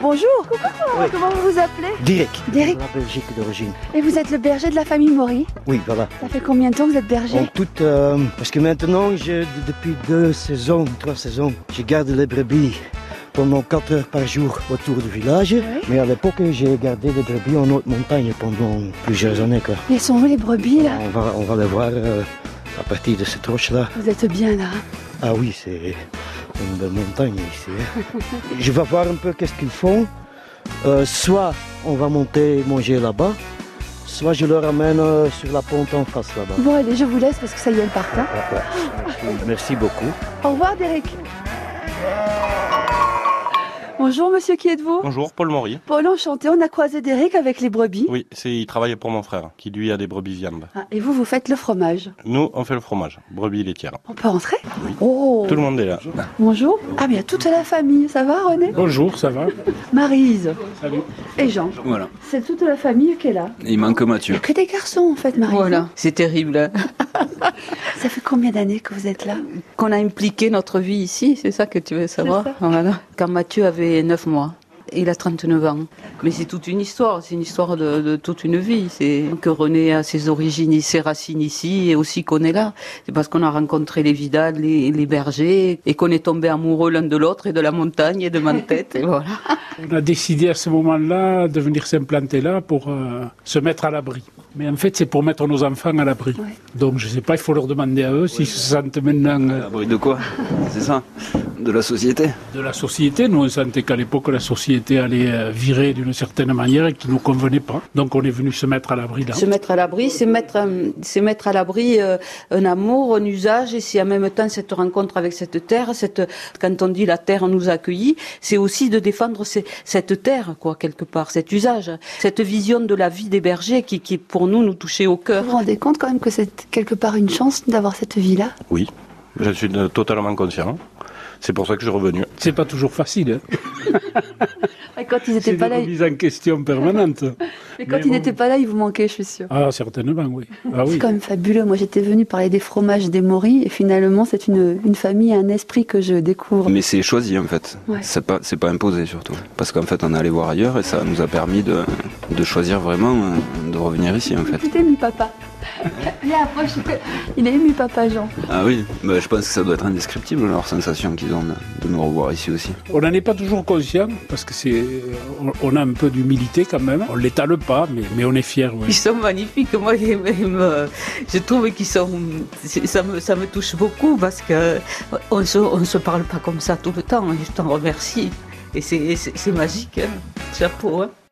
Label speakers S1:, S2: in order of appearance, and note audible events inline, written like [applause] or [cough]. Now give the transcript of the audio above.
S1: Bonjour. Comment vous vous appelez
S2: Derek.
S1: Derek.
S2: De la Belgique d'origine.
S1: Et vous êtes le berger de la famille Maury.
S2: Oui, voilà.
S1: Ça fait combien de temps que vous êtes berger
S2: En tout, euh, parce que maintenant, je- de- depuis deux saisons, trois saisons, je garde les brebis pendant 4 heures par jour autour du village. Mais à l'époque, j'ai gardé les brebis en haute montagne pendant plusieurs années. Quoi.
S1: Mais elles sont où les brebis là
S2: On, va, on va les voir euh, à partir de cette roche-là.
S1: Vous êtes bien là.
S2: Ah oui, c'est une belle montagne ici. hein. [laughs] Je vais voir un peu qu'est-ce qu'ils font. Euh, soit on va monter manger là-bas, soit je le ramène euh, sur la ponte en face là-bas.
S1: Bon allez, je vous laisse parce que ça y est, elle part. hein.
S2: Ouais, ouais. Ah, Merci beaucoup.
S1: Au revoir Derek. Bonjour monsieur, qui êtes-vous
S3: Bonjour, Paul Maury.
S1: Paul, enchanté, on a croisé Derek avec les brebis.
S3: Oui, c'est il travaille pour mon frère, qui lui a des brebis viande.
S1: Ah, Et vous, vous faites le fromage.
S3: Nous, on fait le fromage, brebis laitières.
S1: On peut rentrer Oh
S3: Tout le monde est là.
S1: Bonjour. Ah, mais il y a toute la famille. Ça va, René
S4: Bonjour, ça va
S1: Marise
S4: Salut.
S1: et Jean.
S5: Voilà.
S1: C'est toute la famille qui est là.
S5: Il manque Mathieu.
S1: Que des garçons, en Ah, fait, Marise.
S6: Voilà, c'est terrible. hein.
S1: Ça fait combien d'années que vous êtes là
S6: Qu'on a impliqué notre vie ici, c'est ça que tu veux savoir.
S1: C'est ça.
S6: Voilà. Quand Mathieu avait 9 mois, il a 39 ans. Mais c'est toute une histoire, c'est une histoire de, de toute une vie. C'est que René a ses origines, ses racines ici, et aussi qu'on est là. C'est parce qu'on a rencontré les Vidal, les, les bergers, et qu'on est tombé amoureux l'un de l'autre, et de la montagne, et de ma tête, et voilà.
S4: On a décidé à ce moment-là de venir s'implanter là pour euh, se mettre à l'abri. Mais en fait, c'est pour mettre nos enfants à l'abri.
S1: Ouais.
S4: Donc, je ne sais pas, il faut leur demander à eux s'ils se sentent maintenant euh,
S5: L'abri de quoi C'est ça De la société
S4: de la société. Nous, on sentait qu'à l'époque, la société allait euh, virer d'une certaine manière et qui ne nous convenait pas. Donc, on est venu se mettre à l'abri là.
S6: Se mettre à l'abri, c'est mettre, un- c'est mettre à l'abri euh, un amour, un usage, et c'est en même temps cette rencontre avec cette terre, cette, quand on dit la terre nous a accueillis, c'est aussi de défendre ces- cette terre, quoi, quelque part, cet usage, cette vision de la vie des bergers qui, qui pour nous, nous touchait au cœur.
S1: Vous vous rendez compte quand même que c'est quelque part une chance d'avoir cette vie-là
S3: Oui, je suis euh, totalement conscient. C'est pour ça que je suis revenu.
S4: C'est pas toujours facile. Hein.
S1: Et Quand ils
S4: C'est
S1: n'étaient
S4: une
S1: pas là,
S4: remise en
S1: [laughs]
S4: question permanente.
S1: mais quand
S4: mais
S1: ils
S4: bon.
S1: n'étaient pas là, ils vous manquaient, je suis sûre.
S4: Ah, certainement, oui. Ah
S1: C'est
S4: oui.
S1: quand même fabuleux. Moi, j'étais venue parler des fromages des Maury et finalement, c'est une, une famille, un esprit que je découvre.
S5: Mais c'est choisi en fait.
S1: Ouais.
S5: C'est pas, c'est pas imposé surtout. Parce qu'en fait, on est allé voir ailleurs et ça nous a permis de, de choisir vraiment euh, de revenir ici en fait.
S1: Tout est mis papa. Viens, approche. Il est ému papa Jean.
S5: Ah oui, bah, je pense que ça doit être indescriptible leur sensation qu'ils ont de- de nous revoir ici aussi.
S4: On n'en est pas toujours conscient, parce que c'est, euh, on on a un peu d'humilité quand même. On l'étale pas, mais, mais on est fiers.
S6: Ils
S4: oui.
S6: sont magnifiques. Moi, ils me- ils me- je trouve qu'ils sont. c'est- Ça me, ça me touche beaucoup parce que on se, on se parle pas comme ça tout le temps. Et je t'en remercie. Et c'est- c'est c'est magique. hein. Chapeau. hein.